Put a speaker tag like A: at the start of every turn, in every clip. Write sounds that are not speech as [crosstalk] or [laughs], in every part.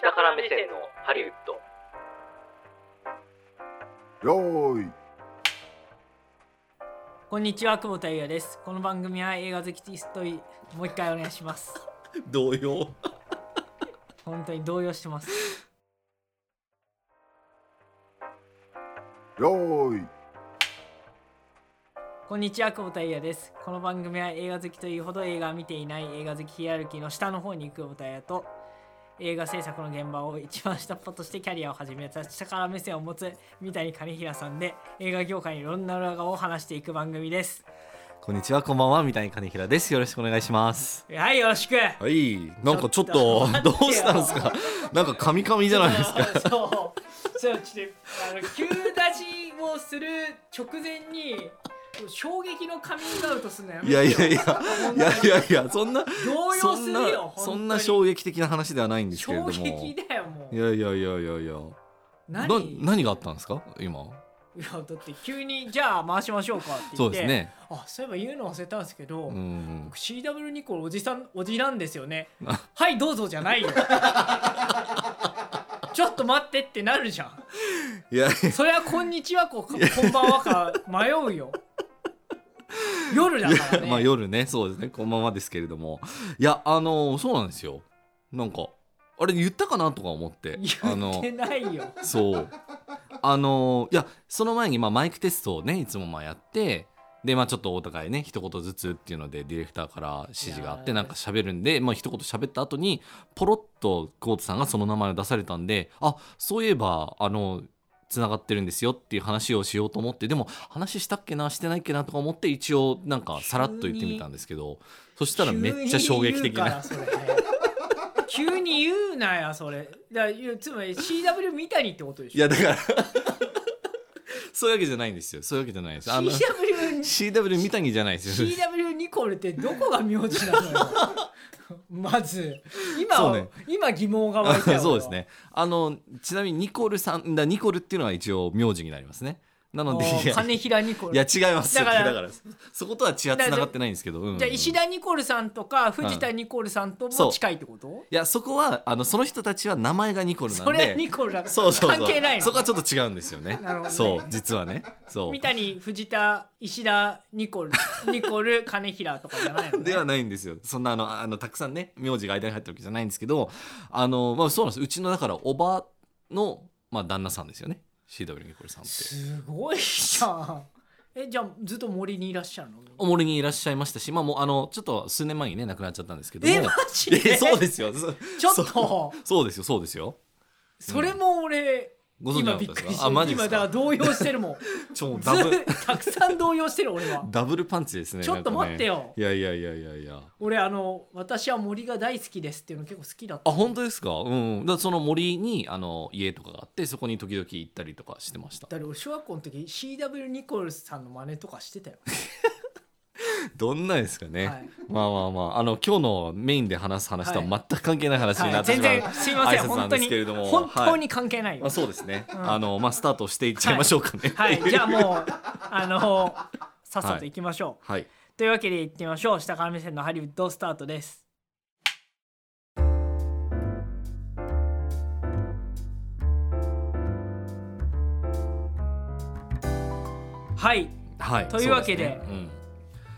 A: 下から目線のハリウッド
B: よーい
C: こんにちは久保田裕也ですこの番組は映画好きティストイもう一回お願いします
D: 同様
C: [laughs] 本当に動揺してます
B: よーい
C: こんにちは久保田裕也ですこの番組は映画好きというほど映画を見ていない映画好きヒエラルキーの下の方に行く久保田也と映画制作の現場を一番下っ端としてキャリアを始めた下から目線を持つ三谷兼平さんで映画業界にいろんな裏側を話していく番組です
D: こんにちはこんばんは三谷兼平ですよろしくお願いします
C: はいよろしく
D: はいなんかち
C: ち
D: ょっ
C: ょ
D: と
C: っと
D: どうしたんですかなんかカミカミじゃないですか
C: か。 [laughs] そう。そうちょっとあの急立ちをする直前に衝撃のカミングアウトするのやめ
D: いやいやい
C: や
D: やいやいやいやそんな
C: 動
D: そ
C: 揺す
D: ん
C: る
D: な
C: よ。
D: そんな
C: 衝
D: 衝撃的な話ではないんですけれども
C: 衝撃
D: い
C: だよもう。
D: やいやいやいやいやな
C: 何
D: 何があったんですか今
C: いやだって急にじゃあ回しましょうかって言って。
D: そうです。ね
C: あそういえば言うの忘れたんですけど。
D: うん
C: 僕 CW ニコルおじさんおじなんですよ
D: [laughs]
C: ね
D: あ
C: はいどうぞじゃないよちょっと待ってってなるじゃん
D: いやいや
C: それはこんにちはここんばんはか迷うよ夜だからね、
D: まあ夜ねそうですねこんばんはですけれどもいやあのそうなんですよなんかあれ言ったかなとか思ってあ
C: 言っ
D: の
C: てないよ
D: そうあのいやその前に、まあ、マイクテストをねいつもまあやってでまあちょっとお互いね一言ずつっていうのでディレクターから指示があっ
C: いや
D: て
C: ー
D: なんか喋るんでまあ一言喋った後にポロッとコートさんがその名前を出されたんであそういえばあのつながってるんですよっていう話をしようと思ってでも話したっけなしてないっけなとか思って一応なんかさらっと言ってみたんですけどそしたらめっちゃ衝撃的な。
C: 急に言うからそれ急に言うなやそれだからいやつまり CW 三谷ってことでしょ
D: いやだから [laughs] そういうわけじゃないんですよそういうわけじゃないで
C: [laughs]
D: す。あの
C: CW
D: CW 三谷じゃないですよ。
C: CW ニコルってどこが名字なのよまず今
D: そう
C: は、
D: ね
C: 今疑問が湧いたよ
D: [laughs] そうですね。あのちなみにニコルさんだニコルっていうのは一応名字になりますね。な
C: 俺
D: の
C: は
D: でい
C: もう
D: や
C: 金平ニコル
D: いや違います
C: だ
D: だ
C: か
D: かららそことは血はつながってないんですけど。うん
C: じゃあ石田ニコルさんとか藤田ニコルさんと
D: そ
C: も
D: う
C: 近いってこと
D: いやそこはあのその人たちは名前がニコルなんで。
C: それはニコルだから
D: そうそうそう
C: 関係ないの
D: そこはちょっと違うんですよね。
C: なるほどね
D: そう実はね。そう
C: 三。谷藤田石田ニ
D: [laughs]
C: コルニコル金平とかじゃないの、ね、
D: ではないんですよそんなあのあのたくさんね名字が間に入ってるわけじゃないんですけどあの、まあ、そうなんですうちのだからおばの、まあ、旦那さんですよね CW ニコルさんって。
C: すごいじゃんえじゃあずっと森にいらっしゃるの
D: おもりにいらっしゃいましたし、まあ、もうあのちょっと数年前にね亡くなっちゃったんですけども [laughs]
C: えマジで
D: そうですよ [laughs] そ
C: ちょっ
D: そ
C: と
D: うそうですよそうですよ
C: それも俺、
D: ご存知な
C: 今
D: かっ
C: びったく
D: で
C: りし
D: す
C: て
D: かあ
C: る
D: マジで
C: 今だ
D: す
C: から
D: か
C: 動揺して
D: [laughs]
C: るもん
D: ちょもう
C: ず
D: ダブ
C: たくさん動揺してる俺は
D: ダブルパンチです [laughs] ね
C: ちょっと
D: なんかね
C: 待ってよ
D: いやいやいやいやいや
C: 俺あの私は森が大好きですっていうの結構好きだった
D: あ本当ですかうんだからその森にあの家とかがあってそこに時々行ったりとかしてました
C: だって俺小学校の時 CW ニコルさんの真似とかしてたよ、
D: どんなですかね、
C: はい
D: まあまあまああの今日のメインで話す話とは全く関係ない話に
C: は、
D: ないってし
C: 全
D: まう、
C: 然すいません
D: 挨拶な
C: 本当
D: んです
C: に
D: けれども
C: 本当
D: は
C: に関係ないよ
D: まあ、そうですね、
C: ん
D: あのまあスタートしていっちゃいましょうかね [laughs]
C: はい、じゃあもうあのさっさと行きましょう、
D: はい
C: というわけで行ってみましょう下から目線のハリウッドスタートですはい
D: はい
C: というわけで
D: そうすねうん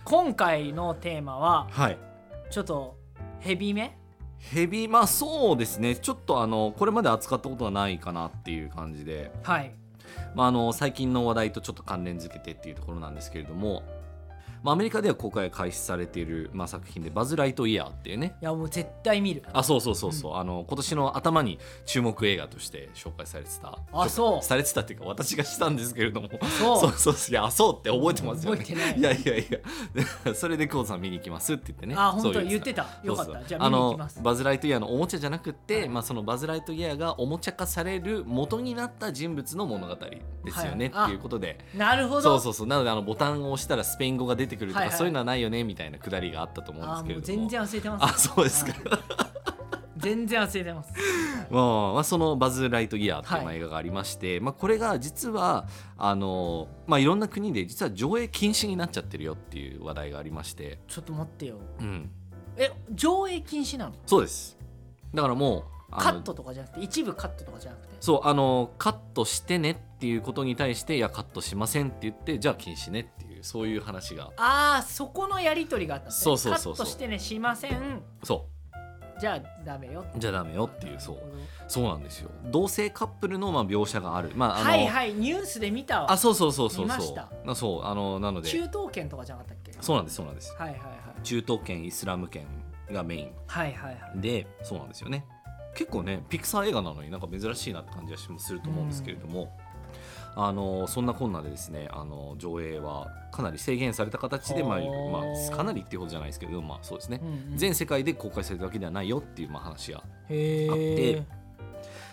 C: 今回のテーマは
D: はい
C: ちょっとヘビめ
D: ヘビまあそうですねちょっとあのこれまで扱ったことはないかなっていう感じで、
C: はい
D: まあ、あの最近の話題とちょっと関連づけてっていうところなんですけれども、まあ、アメリカでは公開が開始されている、まあ、作品で「バズ・ライトイヤー」っていうね
C: いやもう絶対見る
D: あそうそうそうそう、あの今年の頭に注目映画として紹介されてた
C: あそう
D: されてたっていうか私がしたんですけれども
C: そう
D: そうそうそういやあそうって覚えてますよね
C: 覚えてない
D: いやいやいや [laughs] それで久保田さん見に行きますって言ってね
C: あ本
D: そ
C: 当
D: うい
C: 言
D: うや
C: っ
D: つ
C: てたよかっ
D: そう
C: た
D: そう
C: じゃあ
D: あ
C: 見に行
D: の
C: きます
D: バズ・ライトイヤーのおもちゃじゃなくて、まあ、そのバズ・ライトイヤーがおもちゃ化される元になった人物の物語ですよね、
C: はい
D: っていうことで
C: なるほ
D: そ
C: ど
D: うそうそうなのであのボタンを押したらスペイン語が出てくるとか、
C: はいはい
D: そういうのはないよねみたいなくだりがあったと思うんで
C: あ
D: すけ
C: も
D: れ
C: う
D: ども
C: 全然忘れてま
D: あ
C: す
D: そうですか、
C: 全然忘れてます
D: まあまあまあ、その「バズ・ライト・ギア」っていうま
C: は
D: あ
C: い
D: 映画がありまして、まあ、これが実はあの、まあ、いろんな国で実は上映禁止になっちゃってるよっていう話題がありまして、
C: ちょっと待ってよ
D: うん、
C: え上映禁止なの
D: そうですだからもうあ
C: カ
D: の
C: ットとかじゃなくて一部カットとかじゃなくて
D: そうあのカットしてねっていうことに対していやカットしませんって言ってじゃあ禁止ねっていうそういう話が
C: ああそこのやり取りがあったんですね
D: そうそうそうそう
C: カットしてねしません
D: そ
C: じゃあダメよ
D: うじゃあダメよっていうそう
C: なるほど
D: そうなんですよ同性カップルのまあ描写があるまああの、
C: はいはいニュースで見たわ
D: あそうそうそうそう
C: 見ま
D: そ
C: し
D: う
C: た
D: なそうあのなので
C: 中東圏とかじゃなかったっけ
D: そうなんですそうなんです
C: はいはいはい
D: 中東圏イスラム圏がメイン
C: はいはいはい
D: でそうなんですよね結構ねピクサー映画なのになんか珍しいなって感じがしすると思うんですけれども、あのそんなこんなでですねあの上映はかなり制限された形で、まあ
C: はー
D: まあ、かなりっていうほどじゃないですけど、まあ、そうですね
C: う、んうん
D: 全世界で公開されたわけではないよっていう、まあ、話が、
C: へー
D: あって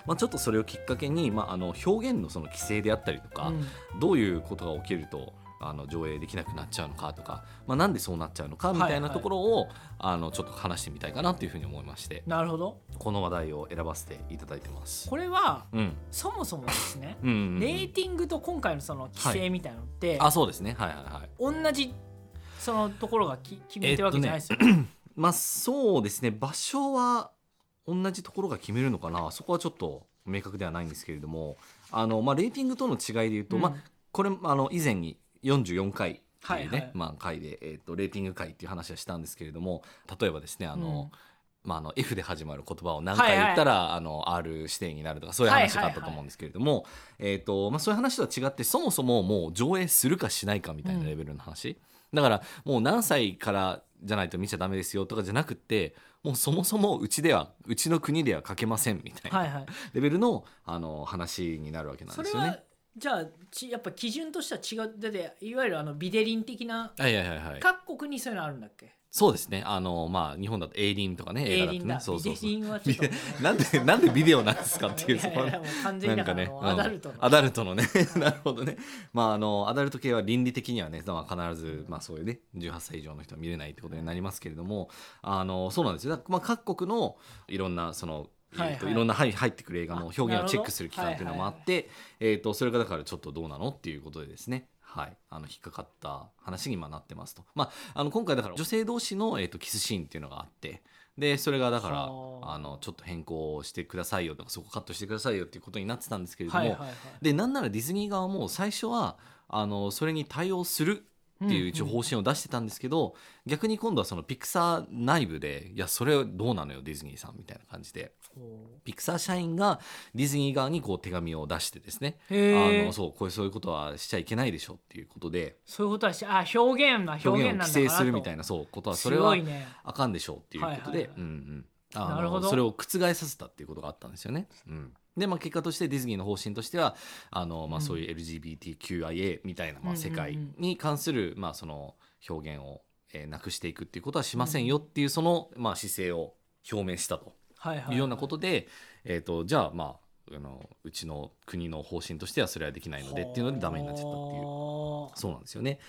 D: まあ、ちょっとそれをきっかけに、まあ、あの表現のその規制であったりとか、
C: うん
D: どういうことが起きるとあの上映できなくなっちゃうのかとか、まあ、なんでそうなっちゃうのかみたいなところを、あのちょっと話してみたいかなというふうに思いまして
C: なるほど
D: この話題を選ばせていただいてます。
C: これは
D: うん
C: そもそもですね
D: うんうんうん
C: レーティングと今回のその規制みたいなのって、
D: あそうですねはいはいはい。
C: 同じそのところがき決めてるわけじゃないですよ、ね
D: まあそうですね場所は同じところが決めるのかなそこはちょっと明確ではないんですけれどもあの、まあ、レーティングとの違いで言うと、まあ、これあの以前に44回っていうね、
C: はいはい
D: まあ、回で、えー、とレーティング回っていう話はしたんですけれども例えばですねあの、まあ、あの F で始まる言葉を何回言ったら、あの R 指定になるとかそういう話があったと思うんですけれども、えーとまあ、そういう話とは違ってそもそももう上映するかしないかみたいなレベルの話、だからもう何歳からじゃないと見ちゃダメですよとかじゃなくってもうそもそもうちではうちの国では書けませんみたいな
C: はいはい
D: レベルの,、あの話になるわけなん
C: そ
D: で
C: れ
D: すよ
C: は
D: ね。
C: じゃあちやっぱ基準としては違うだっていわゆるあのビデリン的な
D: はいはいはいはい、
C: 各国にそういうのあるんだっけ、
D: そうですね。あの、まあ、日本だとエイリンとかね、映
C: ビデリ
D: 画だと
C: ンだ
D: ね、そうそうそう
C: ビデリンはちょっともうね
D: なんで、なんでビデオなんですかっていう、そ
C: いや
D: こ
C: いや
D: は
C: もう完全
D: な
C: に
D: ん
C: だか
D: からね
C: あ、の
D: うん
C: アダルトの
D: アダルトのね、 [laughs] なるほどね。まあ、あの、アダルト系は倫理的にはね、まあ、必ず、まあ、そういうね、18歳以上の人は見れないってことになりますけれども、あの、そうなんですよ。だからまあ、各国のいろんな、その、
C: はいはい
D: えっといろんな入入ってくる映画の表現をチェックする期間っていうのもあって、えっとそれがだからちょっとどうなのっていうことでですね、はい、あの引っかかった話に今なってますと、まあ、あの今回だから女性同士の、えっとキスシーンっていうのがあってでそれがだから
C: はあ
D: あのちょっと変更してくださいよとかそこカットしてくださいよっていうことになってたんですけれども、
C: はいはいはい
D: でなんならディズニー側も最初はあのそれに対応するっていう一応方針を出してたんですけど、逆に今度はそのピクサー内部でいやそれどうなのよディズニーさんみたいな感じで
C: うんうんお
D: ピクサー社員がディズニー側にこう手紙を出してですね
C: ーへ
D: あ
C: え
D: のそうこういうそういうことはしちゃいけないでしょっていうことで
C: そういうことだしあ表現な表現
D: 表現を
C: なんだ
D: 規
C: から
D: 制するみたいなそうことはそれ
C: すご
D: はい
C: ね
D: あかんでしょうっていうこ
C: は
D: と
C: い
D: で
C: はい
D: うんうんあの
C: なるほど
D: それを覆させたっていうことがあったんですよね。うんでまあ、結果としてディズニーの方針としてはあの、まあ、
C: うん
D: そういう LGBTQIA みたいな、
C: う
D: まあ、
C: んうんうん
D: 世界に関する、まあ、その表現を、えーなくしていくっていうことはしませんよっていうその、まあ、姿勢を表明したと
C: はいはい
D: いうようなことで、えー、とじゃあ、まあ、あのうちの国の方針としてはそれはできないのでっていうのでダメになっちゃったっていう
C: はあ
D: そうなんですよね。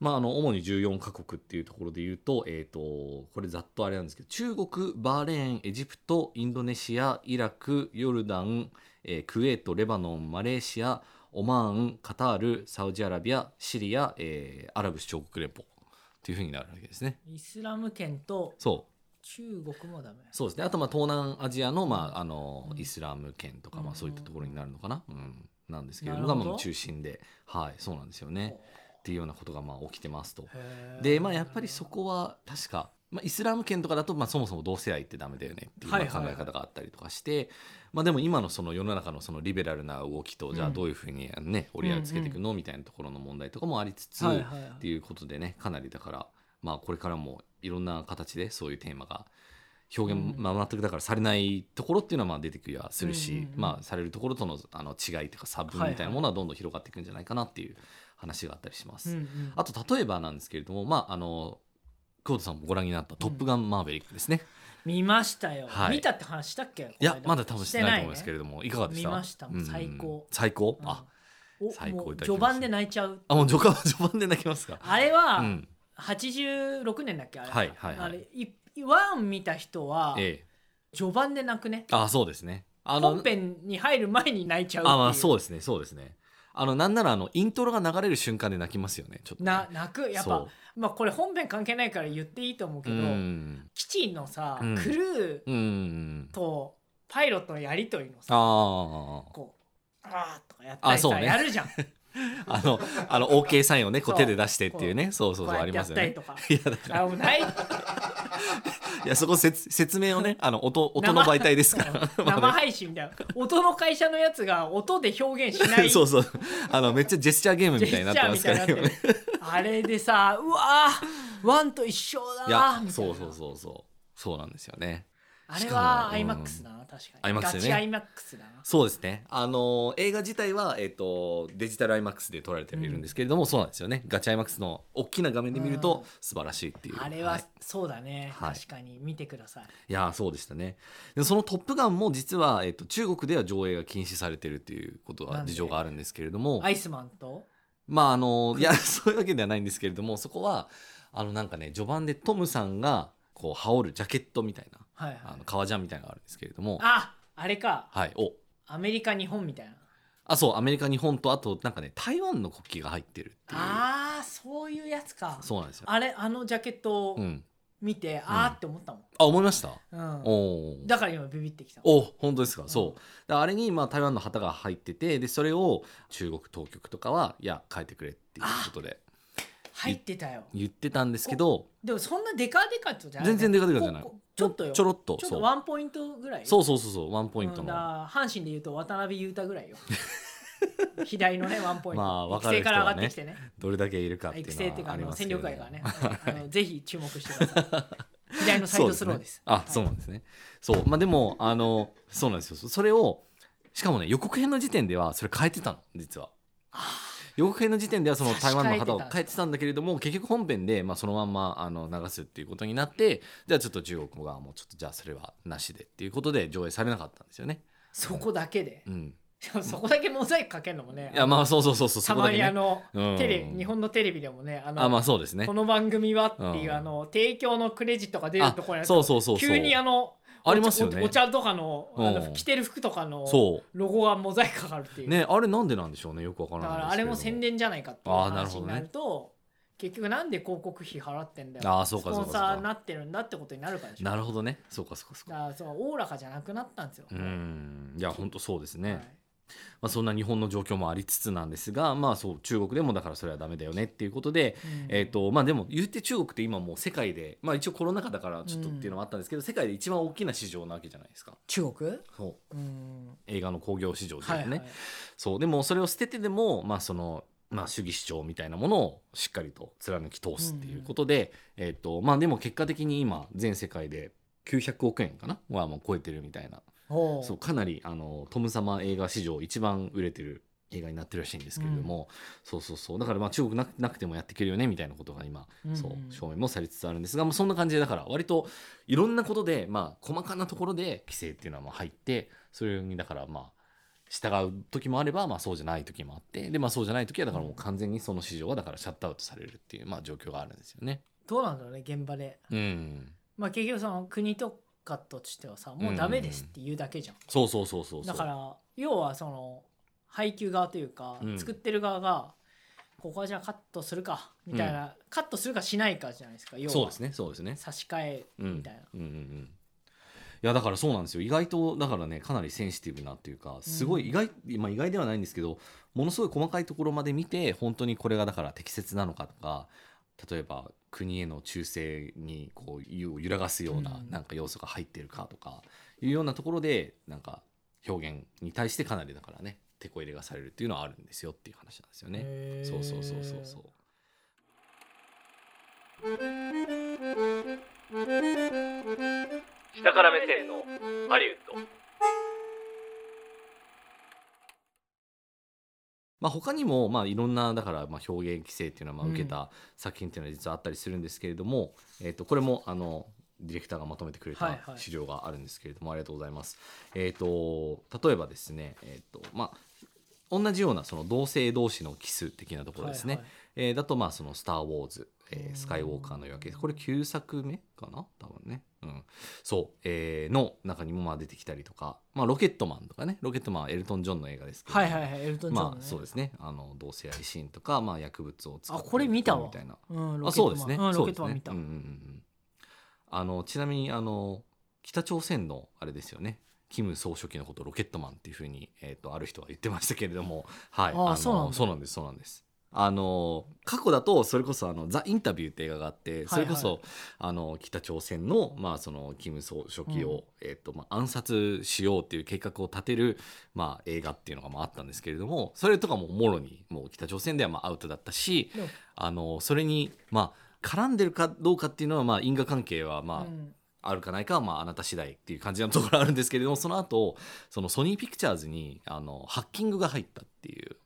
D: まあ、あの主に14カ国っていうところで言うと,、えー、とこれざっとあれなんですけど中国バーレーンエジプトインドネシアイラクヨルダン、えークウェートレバノンマレーシアオマーンカタールサウジアラビアシリア、えーアラブ首長国連邦というふうになるわけですね。
C: イスラム圏と
D: そう
C: 中国もダメ
D: そうですねあとまあ東南アジアの,、まああの
C: うん
D: イスラム圏とか、
C: うんうん
D: ま
C: う
D: あ、
C: ん
D: そういったところになるのかな、うん、なんですけれど
C: なる
D: も
C: ほ
D: が
C: ど
D: まあ中心で、はい、そうなんですよね。っていうようなことがまあ起きてますと。
C: へー
D: でまあやっぱりそこは確か、まあ、イスラム圏とかだと、まあ、そもそも同性愛ってダメだよねっていうま
C: は
D: あ
C: いはい
D: 考え方があったりとかして、まあ、でも今のその世の中のそのリベラルな動きとじゃ
C: う
D: あ
C: ん
D: どういうふうに、ね、折り合いをつけていくのみたいなところの問題とかもありつつ、
C: はいはいはい
D: っていうことでねかなりだから、まあ、これからもいろんな形でそういうテーマが表現、
C: うん
D: まあ、全くだからされないところっていうのはまあ出てくりはするし、
C: うんうんうん
D: まあ、されるところとのあの違いというか差分みたいなものはどんどん広がっていくんじゃないかなっていう話があったりします。
C: うんうん
D: あと例えばなんですけれども、まあ、あの久保田さんもご覧になった「トップガンマーヴェリック」ですね、
C: 見ましたよ、
D: はい
C: 見たって話したっけ
D: いやまだ多分してないと思うんです
C: ど、
D: けれどもい,、かがでした
C: 見ましたもう最高
D: うん最高、
C: うん
D: あ
C: お
D: 最高
C: もう
D: いただきました
C: 序盤で泣いちゃう
D: あもう序盤序盤で泣きますか
C: あれは
D: うん
C: 86年だっけあれ、
D: はいはいはい
C: あれいワン見た人は
D: ええ
C: 序盤で泣くね
D: あそうですねあ
C: 本編に入る前に泣いちゃうっていう
D: あまあそうですねそうですねあのなんならあのイントロが流れる瞬間で泣きますよねちょっとね、
C: な泣くやっぱ
D: そ
C: まあこれ本編関係ないから言っていいと思うけ
D: うう
C: ど
D: ん
C: 基地のさ、
D: うん
C: クル
D: うん
C: ーとパイロットのやりとりのさ
D: あ
C: こうあーとかやったり
D: あそ
C: さ、
D: うね
C: やるじゃんこ
D: ああのあの OK サインをねこう
C: そう
D: 手で出してっていうねそうそう
C: う
D: そう
C: や
D: あ
C: って
D: り
C: や
D: ま
C: っ
D: すよ
C: たり
D: ね
C: とか、
D: いやだから
C: あもうない
D: いやそこ説説明
C: [laughs]
D: をねあの音音の媒体ですから [laughs] まあね
C: 生配信みたいな音の会社のやつが音で表現しない
D: [laughs] そうそうあのめっちゃジェスチャーゲーム
C: ジ
D: み
C: ェ
D: たいにな
C: スチ
D: っ
C: ャ
D: て
C: ー
D: ま
C: みた
D: すか
C: いにな
D: ら
C: って
D: ね
C: る
D: 今ね
C: あれでさうわーワンと一緒
D: い
C: だな
D: や
C: ーみたい
D: そ
C: な
D: うそうそうそうそうなんですよね
C: あれは
D: しかも
C: iMAX だな確かに
D: IMAX
C: ガ
D: だね
C: チ iMAX だな
D: そうですねあの映画自体は、えっとデジタル IMAX で撮られているんですけれども、そうなんですよねガチ IMAX の大きな画面で見る
C: うん
D: と素晴らしいっていう
C: あれは、
D: い
C: そうだね、
D: はい
C: 確かに見てください
D: いやーそうでしたねでその「トップガン」も実は、えっと中国では上映が禁止されてるっていうこと
C: なん
D: は
C: で
D: 事情があるんですけれども
C: アイスマンと
D: まああのいや [laughs] そういうわけではないんですけれどもそこはあのなんかね序盤でトムさんがこう羽織るジャケットみたいな
C: はいはい
D: あの革ジャンみたいなのがあるんですけれども
C: ああれか
D: はいお
C: アメリカ日本みたいな
D: あそうアメリカ日本とあとなんかね台湾の国旗が入ってるっていう
C: あーそういうやつか
D: そうなんですよ。
C: あれあのジャケット
D: う
C: を
D: ん、
C: 見て、あーって思ったも
D: あ思いました、
C: ん、うん
D: おー
C: だから今ビビってきた
D: お本当ですか、そう
C: うん
D: だからあれにまあ台湾の旗が入っててでそれを中国当局とかはいや変えてくれっていうことで
C: 入ってたよ
D: 言ってたんですけど
C: でもそんなデカデカってことじゃない
D: 全然デカデカじゃない
C: ここちょっとよ
D: ちょ
C: ちょ
D: ろっと
C: っ
D: そ
C: と
D: う
C: ワンポイントぐらい
D: そううそうそうそうワンポイント
C: ん
D: の、
C: だから阪神で言うと渡辺裕太ぐら
D: [laughs]
C: いよ左のねワンポイント、
D: まあわか
C: 育
D: る
C: 成
D: 人
C: か
D: は
C: ら上が
D: ね
C: ってきてね
D: どれだけいるかっていう
C: 育成っていう
D: の
C: か
D: は
C: あ
D: あり
C: の
D: ます
C: 戦
D: けれ
C: 力外
D: ども
C: からね、あ
D: [laughs]
C: のぜひ注目してください左のサイ
D: そう
C: ド
D: で
C: ス
D: す
C: ロ
D: ね
C: ーです
D: あ、そうなんですね。そう、まあ、でも、あの、そうなんですよ。それを、しかもね、予告編の時点では、それ変えてたの、実は。予告編の時点ではその台湾の旗を変えてたんだけれども結局本編でまあそのまんまあの流すっていうことになってじゃあちょっと中国側もちょっとじゃあそれはなしでっていうことで上映されなかったんですよね。
C: そこだけで
D: うん、
C: しかもそこだけモザイクかけるのもね
D: いやまあそうそうそうそうそ
C: た
D: こ
C: ま
D: だけ
C: にあ
D: ね。
C: の、
D: うん
C: テレビ日本のテレビでもねあの
D: あまあそうですね
C: こ。の番組はっていう、
D: うん
C: あの提供のクレジットが出る
D: あ
C: ところに
D: そうそうそうそう。
C: 急にあの
D: ありますよね
C: お茶お茶とかの,、あ
D: う
C: の
D: ん
C: 着てる服とかの
D: そ
C: ロゴがモザイクかかるっていうう、
D: ねあれなんでなんでしょうねよくわから
C: だ
D: ない
C: か
D: んですけれど
C: らあれも宣伝じゃないかっていう
D: あーなる
C: 話
D: ほ
C: に
D: どね
C: なると結局なんで広告費払ってんだよ
D: あーそうかそう
C: スポ
D: かそう
C: ン
D: か
C: サーになってるんだってことになるからでしょ
D: なるほどねそうかそうかそうか
C: だ。からそうおおらかじゃなくなったんですよ、
D: うんいや本当そうです
C: は
D: ね、
C: い
D: まあ、そんな日本の状況もありつつなんですが、まあ、そう中国でもだからそれはダメだよねっていうことで、
C: うん
D: えーとまあ、でも言って中国って今もう世界で、まあ、一応コロナ禍だからちょっとっていうのもあったんですけど、世界で一番大きな市場なわけじゃないですか
C: 中国
D: そう
C: うん
D: 映画の興行市場です
C: は
D: ね、
C: い、はい
D: そうでもそれを捨ててでも、まあそのまあ、主義主張みたいなものをしっかりと貫き通すっていうことで、えーとまあ、でも結果的に今全世界で900億円かなはもう超えてるみたいな
C: ほう
D: そうかなりあのトム様映画史上一番売れてる映画になってるらしいんですけれども、そうそうそうだからまあ中国なくなくてもやっていけるよねみたいなことが今、
C: うん
D: そう証明もされつつあるんですが、まあ、そんな感じでだから割といろんなことで、まあ、細かなところで規制っていうのはまあ入ってそれにだからまあ従う時もあれば、まあ、そうじゃない時もあってで、まあ、そうじゃない時はだからもう完全にその市場はだからシャットアウトされるっていう、まあ、状況があるんですよね。
C: どうなんだろうね現場で
D: うん、
C: まあ結局その国とかとしてはさもうダメですって言うだけじゃん、
D: そうそうそうそうそ
C: だ
D: う
C: から要はその配給側というか、
D: うん
C: 作ってる側がここはじゃあカットするかみたいな、カットするかしないかじゃないですか要
D: そう
C: は
D: ですねそうですね。
C: 差し替えみたいな、
D: うんうんうんうん、いやだからそうなんですよ意外とだからねかなりセンシティブなっていうかすごい意外、まあ、意外ではないんですけどものすごい細かいところまで見て本当にこれがだから適切なのかとか例えば国への忠誠にこうゆを揺らがすような
C: うん
D: なんか要素が入ってるかとかいうようなところでなんか表現に対してかなりだからね手こ入れがされるっていうのはあるんですよっていう話なんですよね。
C: へー
D: そうそうそうそうそう。
A: 下から目線のハリウッド
D: まあ、他にも、まあ、いろんなだから、まあ、表現規制っていうのはまあ受けた作品っていうのは実はあったりするんですけれども、えっとこれもあのディレクターがまとめてくれ
C: はい
D: た
C: はい
D: 資料があるんですけれども、ありがとうございます。えっと例えばですね、えっとまあ、同じようなその同性同士のキス的なところですね、
C: はいはい
D: えーだとまあその「スター・ウォーズ」え
C: うん
D: ースカイ・ウォーカーの夜明け」これ9作目かな多分ね、うん、そう、えーの中にもまあ出てきたりとか、まあ、ロケットマンとかねロケットマンはエルトン・ジョンの映画ですけど、
C: はいはいはいエルトン・ジョンのね、
D: まあそうですねあの同性愛シーンとか、まあ、薬物を使って
C: あこれ見たわ
D: みたいな
C: うん、ロ
D: あ
C: ケッ
D: そ
C: ト
D: うで
C: マンうん
D: すねそ
C: ロ
D: う
C: ケッ
D: です
C: トマン見
D: ね
C: た、
D: うんうんうんうんあのちなみにあの北朝鮮のあれですよねキム総書記のことをロケットマンっていうふうに、えー、とある人は言ってましたけれども、はい、
C: あー
D: の
C: そうなんだ
D: そうなんですそうなんですあの過去だとそれこそあの「ザ・インタビュー」って映画があってそれこそ、
C: は
D: あの北朝鮮の,、まあそのキム総書記を、
C: うん
D: えーとまあ、暗殺しようっていう計画を立てる、まあ、映画っていうのがまああったんですけれどもそれとかももろにもう北朝鮮ではまあアウトだったし
C: でも
D: あのそれに、まあ、絡んでるかどうかっていうのは、まあ、因果関係は、まあ
C: うん
D: あるかないかは、まあ、あなた次第っていう感じのところあるんですけれどもその後そのソニーピクチャーズにあのハッキングが入ったっていう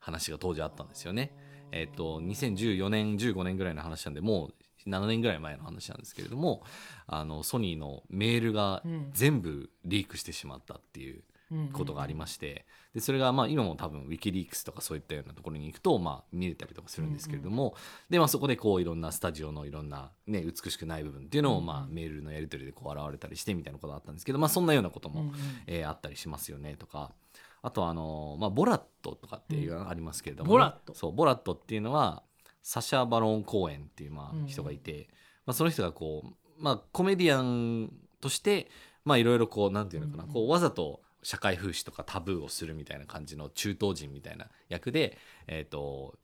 D: 話が当時あったんですよね。えっと2014年15年ぐらいの話なんでもう7年ぐらい前の話なんですけれどもあのソニーのメールが
C: うん
D: 全部リークしてしまったっていう
C: うん
D: ことがあり
C: ま
D: ましてでそれがまあ今も多分ウィキリークスとかそういったようなところに行くとまあ見れたりとかするんですけれどもでまあそこでこういろんなスタジオのいろんなね美しくない部分っていうのを
C: うんう
D: まあ
C: ん
D: メールのやり取りでこう現れたりしてみたいなことがあったんですけどまあそんなようなこと
C: うんう
D: も
C: ん
D: えーあったりしますよねとか。あとあのまあボラットとかっていうのがありますけれども、
C: ボラット
D: そうボラットっていうのはサシャ・バロン公演っていうま
C: うんうん
D: あ人がいて、まあ、その人がこう、まあ、コメディアンとしてまあいろいろこうなんていうのかな、
C: うんうん
D: こうわざと社会風刺とかタブーをするみたいな感じの中東人みたいな役で、えーと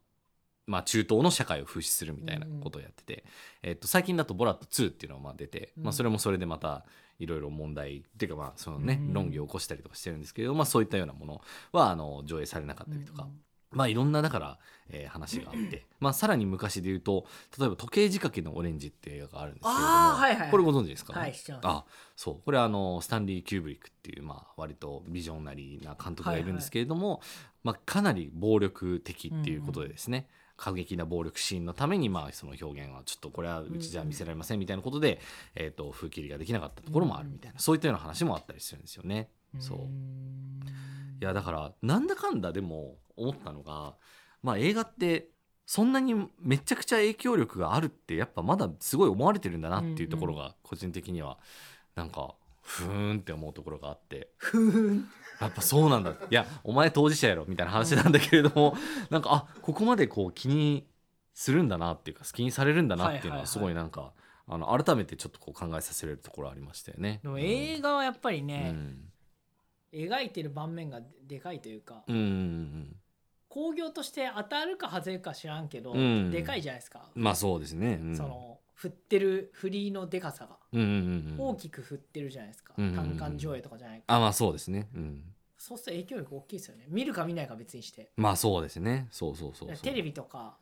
D: まあ、中東の社会を風刺するみたいなことをやってて、えー、と最近だと「ボラット2」っていうのがまあ出て、
C: うん
D: まあ、それもそれでまたいろいろ問題っていうかまあそのね、
C: うん
D: 論議を起こしたりとかしてるんですけれど、まあ、そういったようなものはあの上映されなかったりとか、まあいろんなだから、えー話があって、まあさらに昔で言うと、例えば時計仕掛けのオレンジっていう映画があるんですけれども、
C: あーはいはいはい
D: これご存知ですか、
C: はい知ってます
D: あ、そう、これあのスタンリー・キューブリックっていうまあ割とビジョンなりな監督がいるんですけれども、まあかなり暴力的っていうことでですね。過激な暴力シーンのためにまあその表現はちょっとこれはうちじゃ見せられませんみたいなことで、えー、と風切りができなかったところもあるみたいな、そういったような話もあったりするんですよね。そういやだからなんだかんだでも思ったのが、まあ、映画ってそんなにめちゃくちゃ影響力があるってやっぱまだすごい思われてるんだなっていうところが個人的にはなんかふーんって思うところがあって
C: ふーん
D: やっぱそうなんだいやお前当事者やろみたいな話なんだけれどもなんかあここまでこう気にするんだなっていうか気にされるんだなっていう
C: はいはい
D: の
C: はい
D: はすごいなんか、あの改めてちょっとこう考えさせられるところありましたよね。
C: でも映画はやっぱり
D: う
C: ね、
D: ん
C: 描いてる盤面がででかいというか、
D: うんうんうん
C: 興行として当たるか外れるか知らんけど、
D: うん
C: でかいじゃないですか、
D: うんまあそうですね。うん
C: その振ってる振りのでかさが
D: うんうんうんうん
C: 大きく振ってるじゃないですか、
D: うんうんうん
C: 単館上映とかじゃないか、
D: あまあそうですね。うん。
C: そうすると影響力大きいですよね見るか見ないか別にして
D: まあそうですね。そうそうそうそう。
C: テレビとか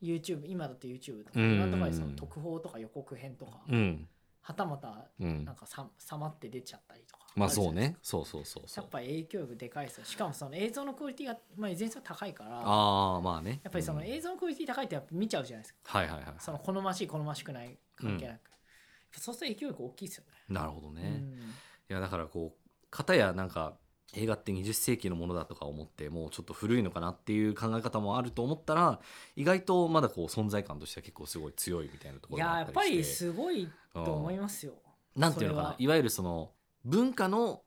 C: YouTube 今だと YouTube とか
D: うんうんうん
C: いろんなところでその特報とか予告編とか、
D: うん
C: はたまた
D: うん
C: なん。かささまって出ちゃったりとか
D: まあそうね
C: る。
D: そうそうそう
C: じ
D: そ
C: ゃな
D: う
C: いです。かやっぱ影響力でかいですよしかもその映像のクオリティがまあいずれにせよ高いからや
D: ああまあね。
C: っぱりその
D: うん
C: 映像のクオリティ高いってやっぱ見ちゃうじゃないですか
D: はいはいは
C: その好ましい好ましくない関係なく、そうすると影響力大きいですよ
D: い。なるほどね。
C: ね
D: いやだからこう片やなんか映画って20世紀のものだとか思ってもうちょっと古いのかなっていう考え方もあると思ったら意外とまだこう存在感としては結構すごい強いみたいなと
C: うん
D: こ
C: いや
D: ろが
C: ー
D: あ
C: や
D: っ
C: ったぱ
D: り
C: り
D: して。
C: すごいと思い
D: うん
C: ますよ
D: なんていうのか
C: そ
D: な
C: れ
D: いわゆるその文化の、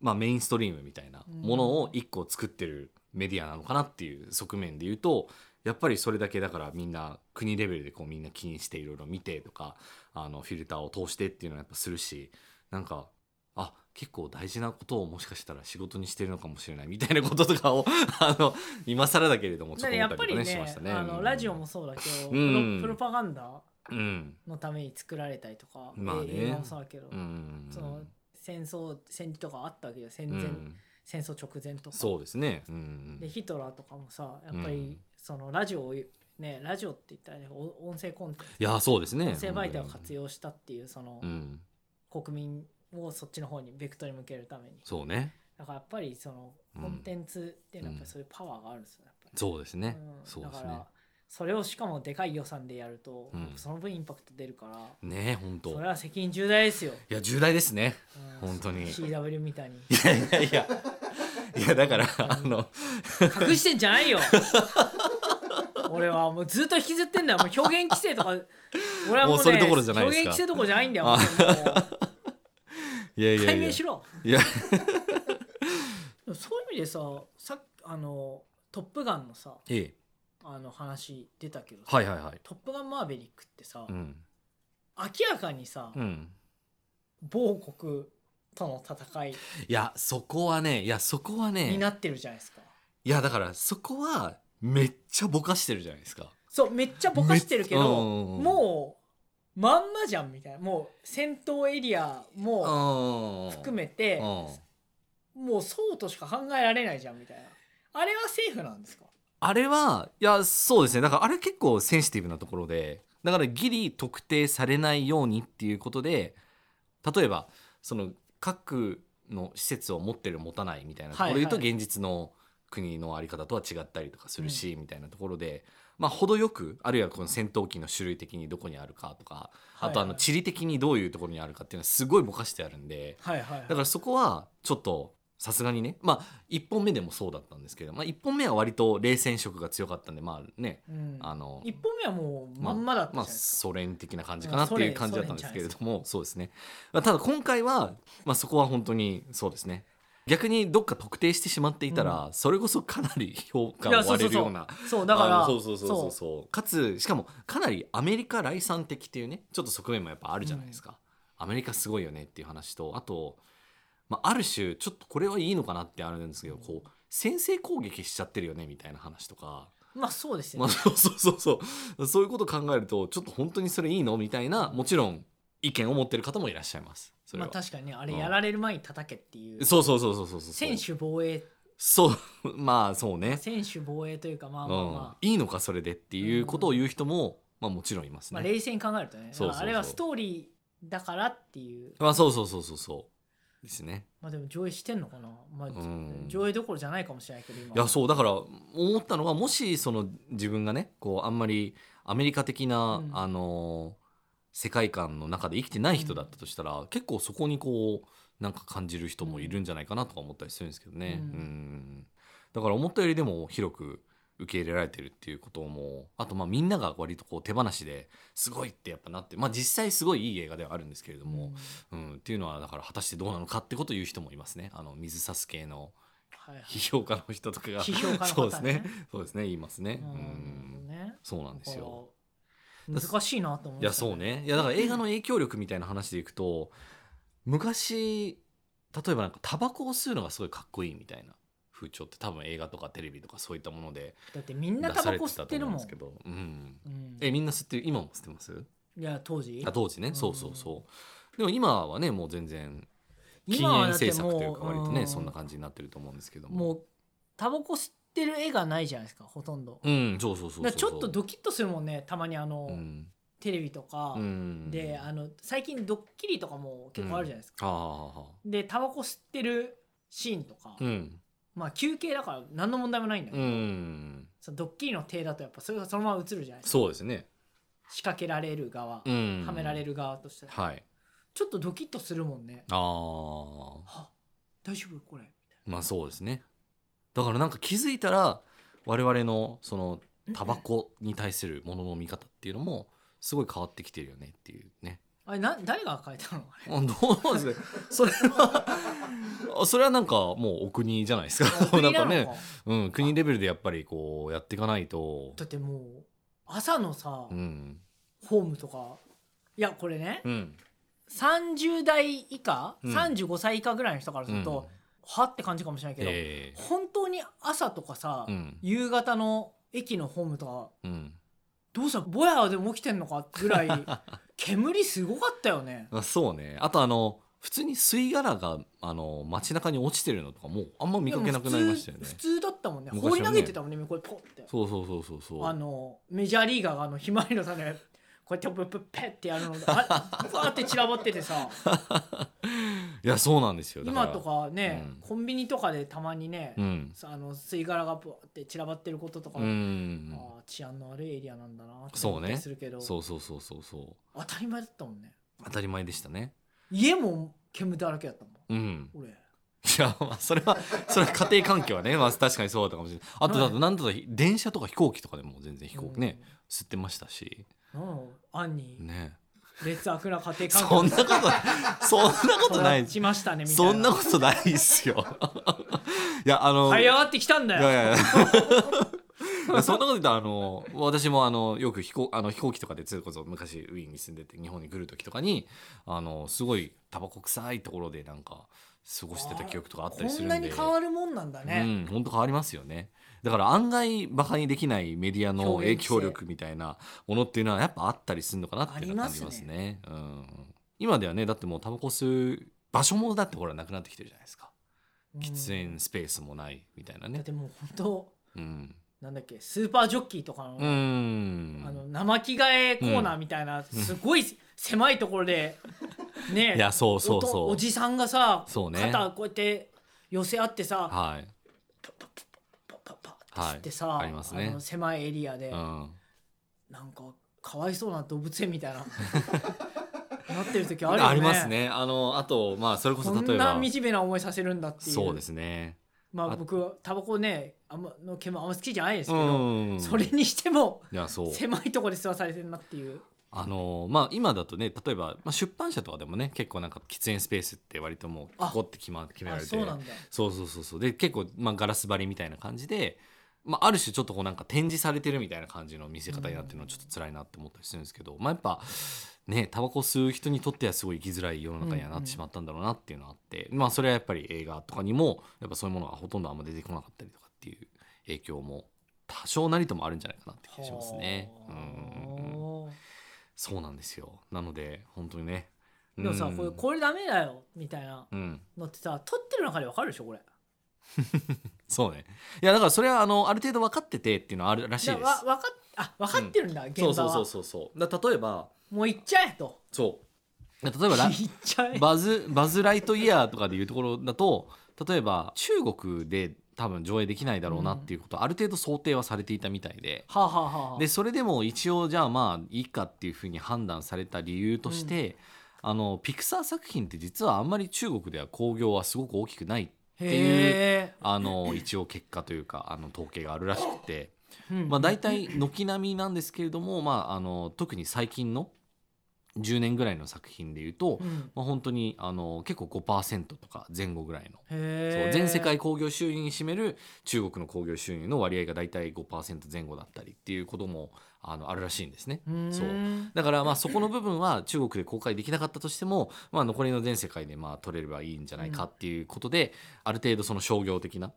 D: まあ、メインストリームみたいなもの
C: う
D: を
C: ん
D: 一個作ってるメディアなのかなっていう側面で言うとやっぱりそれだけだからみんな国レベルでこうみんな気にしていろいろ見てとかあのフィルターを通してっていうのはやっぱするしなんかあ結構大事なことをもしかしたら仕事にしてるのかもしれないみたいなこととかを [laughs] あの今更だけれども
C: だからやっぱりねあのラジオも、そうだけど、
D: うん
C: プロプロパガンダ
D: うん
C: のために作られたりとか、
D: まあね
C: 映画もそうだけど、
D: うん、
C: その戦争戦時とかあったわけよ戦
D: う
C: 前、
D: ん、
C: 戦争直前とか
D: そうですね、うん
C: でヒトラーとかもさやっぱり、
D: うん
C: そのラジオをねラジオって言ったらねお音声コンテン
D: いやそうですね。
C: ツ音声媒体を活用したっていうその、
D: うん、
C: 国民をそっちの方にベクトルに向けるために
D: そうね。
C: だからやっぱりその
D: うん
C: コンテンツっていうのはやっぱりそういうパワーがあるんですよねやっぱり
D: そうですね。
C: うん
D: そうで
C: だ
D: す
C: からそれをしかもでかい予算でやると、
D: うん
C: その分インパクト出るから
D: ね。ねえ本当。
C: それは責任重大ですよ、
D: いや重大ですね。
C: うん
D: 本当に
C: CW み [laughs] たいに
D: いやいやいや。いやだからあの
C: 隠してんじゃない
D: [laughs]
C: よ俺はもうずっと引きずってんだよもう表現規制とか俺はもう,、ね、
D: もうそれどころじゃないです
C: 表
D: か
C: 現規制どころじゃないんだよも
D: あ
C: う
D: いやいや
C: 解
D: いや
C: 明しろ [laughs]
D: いや
C: でもそういう意味でささっきあの「トップガン」のさ
D: ええ
C: あの話出たけどさ
D: はいはいはい
C: トップガンマーヴェリック」ってさ、
D: うん
C: 明らかにさ、
D: うん
C: 某国との戦い
D: いやそこはねいやそこは
C: に
D: ね
C: なってるじゃないですか、
D: いやだからそこはめっちゃぼかしてるじゃないですか
C: そうめっちゃぼかしてるけど、
D: めっうん
C: もうまんまじゃんみたいなもう戦闘エリアも
D: うん
C: 含めて、
D: うん
C: もうそうとしか考えられないじゃんみたいなあれはセーフなんですか
D: あれはいやそうですねだからあれ結構センシティブなところでだからギリ特定されないようにっていうことで例えばその核の施設を持ってる持たないみたいなところで言うと
C: はいは
D: 現実の国の在り方とは違ったりとかするし、みたいなところで、まあ、程よくあるいはこの戦闘機の種類的にどこにあるかとか、あとあの地理的にどういうところにあるかっていうのはすごいぼかしてあるんで。
C: はいはいはい
D: だからそこはちょっとさすがにねまあ1本目でもそうだったんですけど、まあ、1本目は割と冷戦色が強かったんでまあね
C: うん
D: あの
C: 一本目はもうまんまだったじ
D: ま
C: ゃ
D: あ
C: ないです
D: ソ連的な感じかなっていううん感じ
C: ソ
D: だ
C: 連
D: ったんですけれどもそうですねまあただ今回は、まあ、そこは本当にそうですね逆にどっか特定してしまっていたら、それこそかなり評価
C: か、いや
D: を
C: そう
D: 割
C: そう
D: れる
C: そう
D: ような
C: そうだから
D: あのそうそうそうそうそうかつしかもかなりアメリカ来産的っていうねちょっと側面もやっぱあるじゃないですか、アメリカすごいよねっていう話とあと、まあ、ある種ちょっとこれはいいのかなってあるんですけどこう先制攻撃しちゃってるよねみたいな話とか、
C: まあそうですよ
D: まあ、
C: ね、
D: そうそうそうそうそういうことを考えるとちょっと本当にそれいいのみたいなもちろん意見を持ってる方もいらっしゃいますそれ
C: まあ、
D: は、
C: 確かにねあれやられる前に叩けっていう、
D: そうそうそうそうそうそう
C: 選手防衛
D: そうまあそうね
C: 選手防衛というかまあ
D: う
C: まあま
D: ん
C: あ、
D: いいのかそれでっていうことを言う人も、まあ、もちろんいます
C: ま
D: ね
C: あ、。冷静に考えるとね
D: そうそうそう
C: だからあれはストーリーだからっていう
D: まあそうそうそうそうそうですね
C: まあでも上映してんのかな、まあ
D: ん
C: 上映どころじゃないかもしれないけど今
D: いやそうだから思ったのはもしその自分がねこうあんまりアメリカ的な、
C: うん
D: あのー世界観の中で生きてない人だったとしたら、結構そこにこうなんか感じる人もいるんじゃないかなとか思ったりするんですけどね、
C: うん
D: うんだから思ったよりでも広く受け入れられてるっていうこともあとまあみんなが割とこう手放しですごいってやっぱなってまあ実際すごいいい映画ではあるんですけれども、
C: うん
D: うん、っていうのはだから果たしてどうなのかってことを言う人もいますねあの水差す系の [laughs]
C: はいはい
D: 批評家の人とかが
C: 批評家の
D: そう
C: 方
D: です
C: ね
D: ねそうですね言いますねう
C: うん
D: ん
C: なるほどね
D: そうなんです
C: だ
D: よ
C: から難しいなと思
D: いやそうねいやだから映画の影響力みたいな話でいくと昔例えばなんかタバコを吸うのがすごいかっこいいみたいな風潮って多分映画とかテレビとかそういったもので
C: だってみん
D: 出
C: なタ
D: さ
C: バ
D: れ
C: コ
D: て
C: 吸
D: た
C: っ
D: と
C: てるも
D: 思うんで
C: ん
D: すけど、うん、
C: うん
D: えみんな吸ってる今も吸ってます
C: いや当時
D: あ当時ね、
C: うん
D: そうそうそうでも今はねもう全然禁
C: 今は
D: 煙
C: だって
D: 政策というか
C: もう
D: 割とね
C: うん
D: そんな感じになってると思うんですけども
C: もうタバコ吸ってる絵がないじゃないですかほとんど
D: うんそうそうそ
C: だ
D: うそう
C: からちょっとドキッとするもんねたまにあの、
D: うん
C: テレビとか
D: うん
C: であの最近ドッキリとかも結構あるじゃないですか、
D: ああ
C: でタバコ吸ってるシーンとか、
D: うん
C: まあ休憩だから何の問題もないんだけ
D: う
C: ど、
D: ん
C: そのドッキリの手だとやっぱそれがそのまま映るじゃないですか
D: そうですね
C: 仕掛けられる側、
D: うん
C: はめられる側としては
D: はい
C: ちょっとドキッとするもんね
D: ああ
C: は大丈夫これ
D: まあそうですねだからなんか気づいたら我々のその
C: うん
D: タバコに対するものの見方っていうのもすごい変わってきてるよねっていうね
C: あれな誰が書いたのあれ
D: あどうなんですかそれは
C: [laughs]
D: あそれはなんかもうお国じゃないですか
C: 送
D: [laughs] な
C: り
D: ん
C: な
D: か
C: の
D: ね、
C: か
D: うん、国レベルでやっぱりこうやっていかないと
C: だってもう朝のさ、
D: うん
C: ホームとかいやこれね、
D: うん
C: 30代以下、
D: うん
C: 35歳以下ぐらいの人からすると、はって感じかもしれないけど、
D: ええ
C: 本当に朝とかさ、
D: うん
C: 夕方の駅のホームとか
D: うん
C: どうしたぼやでも起きてんのかぐ
D: [laughs]
C: らい煙すごかったよね
D: あそうねあとあの普通に吸い殻があの街中に落ちてるのとかもうあんま見かけなくなりましたよね
C: でも普通普通だったもんね
D: 昔はね
C: 放り投げてたもんねこれポンって
D: そうそうそうそうそう
C: あのメジャーリーガーがあのひまわりの種こうやってプップッペッってやるのあ
D: [laughs]
C: れバーって散らばっててさ
D: いやそうなんですよだから
C: 今とかね、
D: うん
C: コンビニとかでたまにね、
D: うん
C: さあの吸い殻がぶわって散らばってることとか、
D: う
C: あ
D: ん
C: あ治安の悪いエリアなんだなって
D: そうね
C: 思ったりするけど、
D: そうそうそうそうそう
C: 当たり前だったもんね
D: 当たり前でしたね
C: 家も煙だらけだったもん
D: うん [laughs]
C: 俺
D: いやまあそれはそれは家庭環境はね、まあ、確かにそうだったかもしれないあと
C: はい
D: だとなんとか電車とか飛行機とかでも全然飛行機ね、
C: うん
D: 吸ってましたし
C: なんだろうあんに
D: ね
C: 劣悪な家庭環境
D: そんな
C: [laughs]
D: ことそんなことない
C: 育ちましたねみたいな
D: そんなこと
C: [laughs]
D: ないっすよいやあの
C: 這い上がってきたんだ
D: い
C: よ
D: やいやいやそんなこと言ったらあの私もあのよく飛行あの飛行機とかでそれこそ昔ウィーンに住んでて日本に来る時とかにあのすごいタバコ臭いところでなんか過ごしてた記憶とかあったりす
C: こ
D: る
C: ん
D: んで
C: なに変わるもんなんだね、
D: うん、本当変わりますよねだから案外バカにできないメディアの
C: 表
D: 影
C: 現性
D: 響力みたいなものっていうのはやっぱあったりするのかなっていうのは
C: あ
D: 感
C: り
D: じ
C: ま
D: ますす
C: ね
D: ねうん、今ではねだってもうタバコ吸う場所もだってほらなくなってきてるじゃないですか
C: うん
D: 喫煙スペースもないみたいな
C: だっ
D: ね
C: てもう本当
D: うん、
C: なんだっけスーパージョッキーとかの,、
D: うん
C: あの生着替えコーナーみたいな、すごい狭いところで、ね
D: いやそうそうそう
C: おとおじさんがさ
D: そうね
C: 肩こうやって寄せ合ってさ
D: はい
C: パッパッパッパッパッパッって吸ってさ、
D: はいありますね
C: の狭いエリアで、
D: うん
C: なんかかわいそうな動物園みたいな
D: [laughs]
C: なってる時あ
D: あ
C: るよね
D: りますねあのあとまあそれこそ
C: こ
D: 例
C: ん
D: え
C: な
D: ば
C: 惨めな思いさせるんだっていう
D: そうですね
C: まあ
D: あ
C: 僕はタバコねあんまの煙あんま好きじゃないですけ
D: う
C: ど、
D: ん
C: それにしても
D: いやそう
C: 狭いところで吸わされてるなっていう
D: あのーまあ、今だとね例えば、まあ、出版社とかでもね結構なんか喫煙スペースって割ともう
C: あ
D: ここって決,、ま、決めら
C: あ
D: れて
C: そうなんだ
D: そうそうそうそうで結構、まあ、ガラス張りみたいな感じで、まあ、ある種ちょっとこうなんか展示されてるみたいな感じの見せ方になってるのはちょっと辛いなって思ったりするんですけど、まあ、やっぱねタバコ吸う人にとってはすごい生きづらい世の中にはなってしまったんだろうなっていうのはあって、まあ、それはやっぱり映画とかにもやっぱそういうものがほとんどあんま出てこなかったりとかっていう影響も多少なりともあるんじゃないかなって気がしますね。
C: は
D: うんうんうんそうなんですよ。なので、本当にね。
C: あでもさ、
D: うん
C: これこれダメだよみたいな
D: うん。
C: のってさ撮ってる中でわかるでしょこれ
D: そうね。いや、だからそれは、あの、ある程度分かっててっていうのはあるらしい
C: だ
D: で
C: わ
D: す。
C: わかっあ分かってるんだ、現場
D: そう
C: は
D: そうそうそうそう。だ例えば、
C: もう行っちゃえと
D: そう。だ例えば
C: [laughs]
D: ラ
C: 行っ、ちゃえ
D: バズ、バズライトイヤーとかでいうところだと、例えば、中国で多分上映できないだろうなっていうこと、ある程度想定はされていたみたいで。
C: はあ、はあはあはあ
D: でそれでも一応じゃあまあいいかっていうふうに判断された理由として、あのピクサー作品って実はあんまり中国では興行はすごく大きくない
C: へ
D: っていう
C: え
D: あの一応結果というかあの統計があるらしくて、
C: うん
D: まあ、大体軒並みなんですけれども、まあ、あの特に最近の10年ぐらいの作品でいうと、
C: うん
D: まあ、本当にあの結構5%とか前後ぐらいの。そう
C: へえ
D: 全世界興行収入に占める中国の興行収入の割合が大体5%前後だったりっていうこともあのあるらしいんですね。
C: そ
D: そううだからまあそこの部分は中国で公開できなかったとしても、まあ、残りの全世界でまあ取れればいいんじゃないかっていうことで、ある程度その商業的な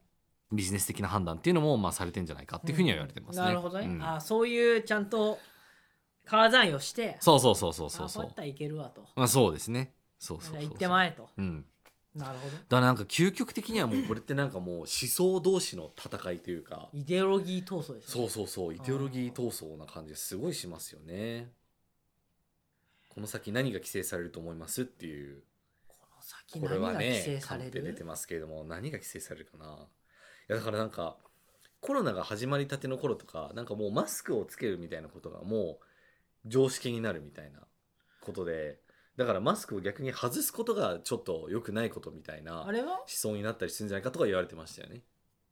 D: ビジネス的な判断っていうのもまあされてんじゃないかっていうふうには言われてますね。
C: なるほどね、
D: うん
C: あそういうちゃんと川山をして
D: そうそうそうそうそ
C: あ
D: う
C: こ
D: そうう
C: やっ。たらいけるわと
D: まあそうですね。そうそうそうそう。
C: 行ってまえと
D: うん。
C: なるほど
D: だからなんか究極的にはもうこれってなんかもう思想同士の戦いというか。
C: イデオロギー闘争ですね
D: そうそうそうイデオロギー闘争な感じがすごいしますよね。この先何が規制されると思いますっていう
C: この先
D: これ
C: 何が
D: は
C: 規制
D: ね
C: さ
D: カン
C: れ
D: ペ
C: る、
D: 出てますけれども何が規制されるかないやだからなんかコロナが始まりたての頃とかなんかもうマスクをつけるみたいなことがもう常識になるみたいなことでだからマスクを逆に外すことがちょっと良くないことみたいな
C: あ
D: 思
C: れは
D: 想になったりするんじゃないかとか言われてましたよね。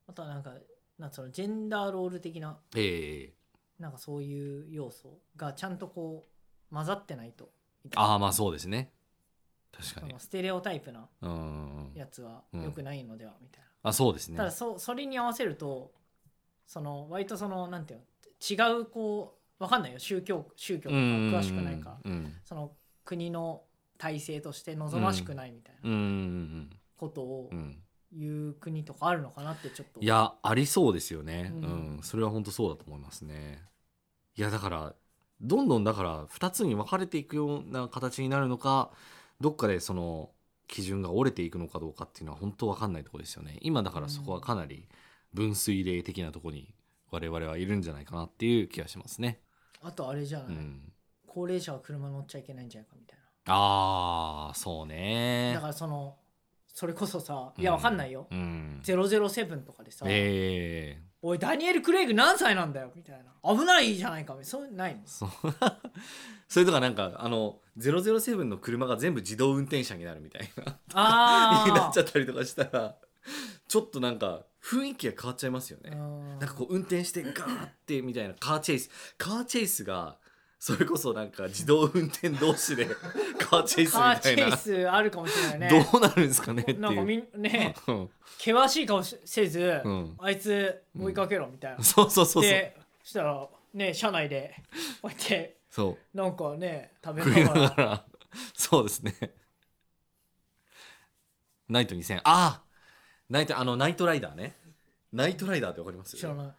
C: あとはなんかなんかそのジェンダーロール的な
D: ええ
C: なんかそういう要素がちゃんとこう混ざってないと
D: ああまあそうですね。確か
C: そ
D: に
C: の。ステレオタイプな
D: うんうんうん
C: やつは良くないのではみたいな、
D: あそうですね
C: ただそそれに合わせるとその割とそのなんていうの違うこうわかんないよ宗教宗教とか詳しくないから、
D: うんうん
C: その国の体制として望ましくないみたい
D: うん
C: な
D: うんうん
C: ことを
D: うんうん
C: 言う国とかあるのかなってちょっと、
D: いやありそうですよね、
C: う
D: うんんそれは本当そうだと思いますねいやだからどんどんだから2つに分かれていくような形になるのかどっかでその基準が折れていくのかどうかっていうのは本当分かんないところですよね今だからそこはかなり分水嶺的なところに我々はいるんじゃないかなっていう気がしますね、
C: あとあれじゃない、
D: うん、
C: 高齢者は車乗っちゃいけないんじゃないかみたい
D: ああそう
C: な
D: ね
C: だからそのそれこそさ
D: うん
C: いやわかんないよ、
D: うん、
C: 007とかでさ、
D: ええ
C: おいダニエル・クレイグ何歳なんだよみたいな危ないじゃないかみたいなそういうのない
D: [laughs]
C: の
D: そうそれとかなんかあの007の車が全部自動運転車になるみたいな
C: ああ
D: になっちゃったりとかしたらちょっとなんか雰囲気が変わっちゃいますよね。
C: な
D: なんかこう運転してガーってみたいなカーチェイスカーチェイスがそれこそなんか自動運転同士
C: [laughs]
D: でカーチェイス
C: カー
D: み
C: チ
D: たい
C: ェイ
D: な
C: スあるかもしれないね
D: どうなるんですかねっていう
C: なんかみんね
D: うん
C: 険しい顔しせず、
D: うん
C: あいつ追いかけろみたいな、
D: そうそうそうそう
C: でそしたらね車内でこうやって
D: そ
C: なんかね
D: う
C: 食
D: 食
C: べ
D: い
C: な
D: な
C: が
D: が
C: ら
D: らそうですねナイト2000あーナイトあのナイトライダーねナイトライダーってわかります
C: 知らない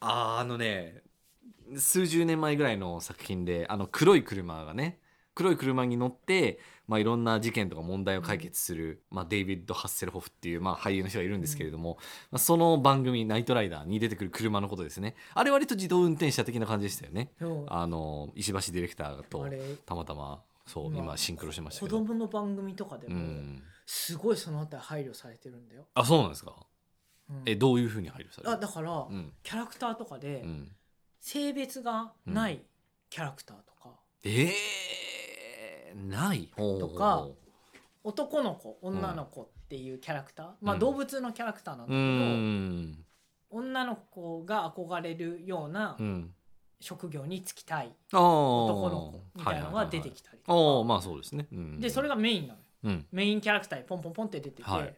D: あーあのね数十年前ぐらいの作品であの黒い車がね黒い車に乗って、まあ、いろんな事件とか問題を解決する、まあ、デイビッド・ハッセルホフっていう、まあ、俳優の人がいるんですけれども、まあ、その番組「ナイトライダー」に出てくる車のことですねあれ割と自動運転車的な感じでしたよね
C: そう
D: あの石橋ディレクターと
C: あれ
D: たまたまそう
C: まあ
D: 今シンクロしました
C: 子
D: けど、
C: 供の番組とかで
D: う
C: も
D: ん、
C: すごいそのあたり配慮されてるんだよ、
D: あそうなんですか
C: うん
D: えどういうふうに配慮され
C: あ
D: る
C: だから
D: うん
C: キャラクターとかで
D: うん、
C: 性別がないキャラクターとか
D: えー、ないと
C: とか男の子女の子っていうキャラクター、まあ
D: うん
C: 動物のキャラクターなんだ
D: う
C: けど、
D: ん
C: 女の子が憧れるような
D: うん
C: 職業に就きたい男
D: 男
C: の子みたいなのが出てきたりとか、
D: おおーまあそうですね、うん、
C: でそれ
D: が、
C: がメインなのよ
D: うん、
C: メインキャラクターにポンポンポンって出てて、
D: はい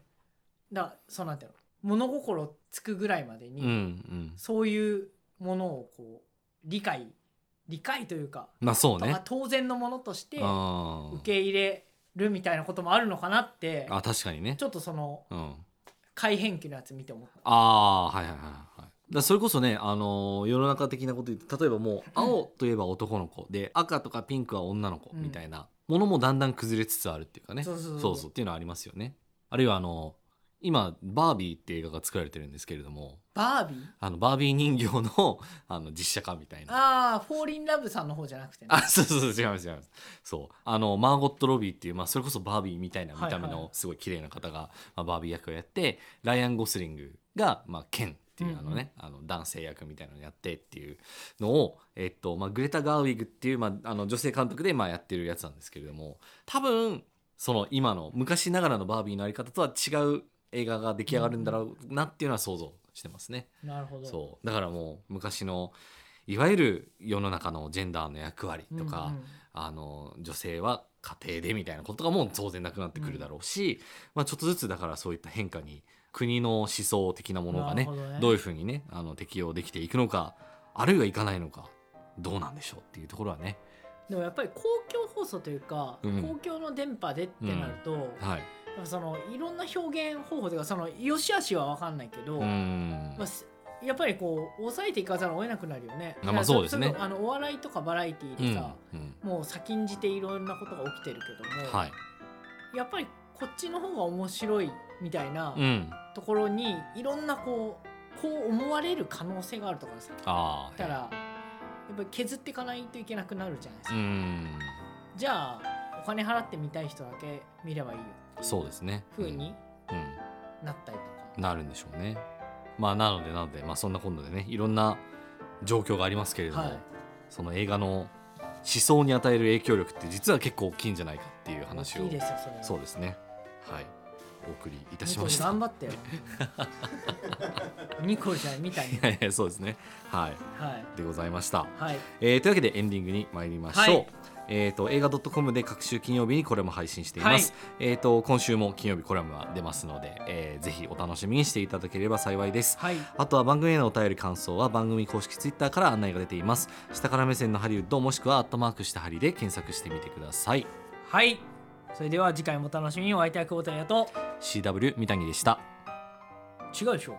C: だからそうなんていうの物心つくぐらいまで
D: う
C: に、
D: んうん
C: そういうものをこう理解理解というか、
D: まあそう
C: まあ
D: ね
C: 当然のものとして受
D: あー
C: け入れるみたいなこともあるのかなって
D: あ確かにね
C: ちょっとその
D: うん
C: 改変期のやつ見て思った。
D: ああーはいはいはいはいだそれこそね、あのー世の中的なこと言って例えばもう青といえば男の子で赤とかピンクは女の子みたいなものもだんだん崩れつつあるっていうかね、
C: そうそうそう
D: そうそうっていうのはありますよねあるいはあの今「バービー」って映画が作られてるんですけれども
C: バービー
D: あのバービー人形の [laughs] あの実写化みたいな
C: ああフォーリンラブさんの方じゃなくてね
D: あそうそうそう違います違いますそうあのマーゴット・ロビーっていう、まあ、それこそバービーみたいな見た目
C: はいはい
D: のすごい綺麗な方が、まあ、バービー役をやってライアン・ゴスリングが、まあ、ケンっていうあのね、あの男性役みたいなのをやってっていうのを、えっとまあ、グレタ・ガーウィグっていう、まあ、あの女性監督で、まあ、やってるやつなんですけれども多分その今の昔ながらのバービーのあり方とは違う映画が出来上がるんだろうなっていうのは想像してますね。
C: なるほど
D: そうだからもう昔のいわゆる世の中のジェンダーの役割とか、
C: うんうん
D: あの女性は家庭でみたいなことがもう当然なくなってくるだろうし、まあ、ちょっとずつだからそういった変化に国の思想的なものがね
C: なるほどね
D: どういうふうにねあの適用できていくのかあるいはいかないのかどうなんでしょうっていうところはね
C: でもやっぱり公共放送というか、
D: うん
C: 公共の電波でってなると、や
D: はい
C: っぱそのいろんな表現方法というかその良し悪しは分かんないけど、
D: うーん
C: まあ、すやっぱりこう抑えていかざるを得なくなるよね。
D: まあまあそうですね
C: れあのお笑いとかバラエティ
D: う
C: で
D: ん
C: さ、
D: うん
C: もう先んじていろんなことが起きてるけども、
D: はい
C: やっぱりこっちの方が面白いみたいな
D: うん
C: ところに、いろんなこうこう思われる可能性があるとかさ、
D: あ
C: だ
D: あ
C: からやっぱり削っていかないといけなくなるじゃないです
D: う
C: か。
D: ーん
C: じゃあお金払って見たい人だけ見ればいいよってい
D: そう
C: う
D: ですね
C: 風に
D: うんうん
C: なったりとか、
D: なるんでしょうね。まあなのでなので、まあ、そんな今度でねいろんな状況がありますけれども、
C: はい
D: その映画の思想に与える影響力って実は結構大きいんじゃないかっていう話を
C: いいですよそれは
D: そうですねはいお送りいた
C: ニ
D: し
C: コ
D: ま
C: ル
D: した。
C: 頑張
D: [laughs]
C: ってよニコルじゃないみたいに
D: いやいや [laughs] そうですねはい
C: はい
D: でございました。
C: はい
D: えーというわけでエンディングに参りましょう。
C: はい
D: えー、と映画 .com で各週金曜日にこれも配信しています、えー、と今週も金曜日コラムは出ますので、えーぜひお楽しみにしていただければ幸いです
C: はい
D: あとは番組へのお便り感想は番組公式ツイッターから案内が出ています下から目線のハリウッドもしくはアットマークしたハリで検索してみてください
C: はいそれでは次回もお楽しみにお相手は久保田やと
D: CW 三谷でした
C: 違うでしょ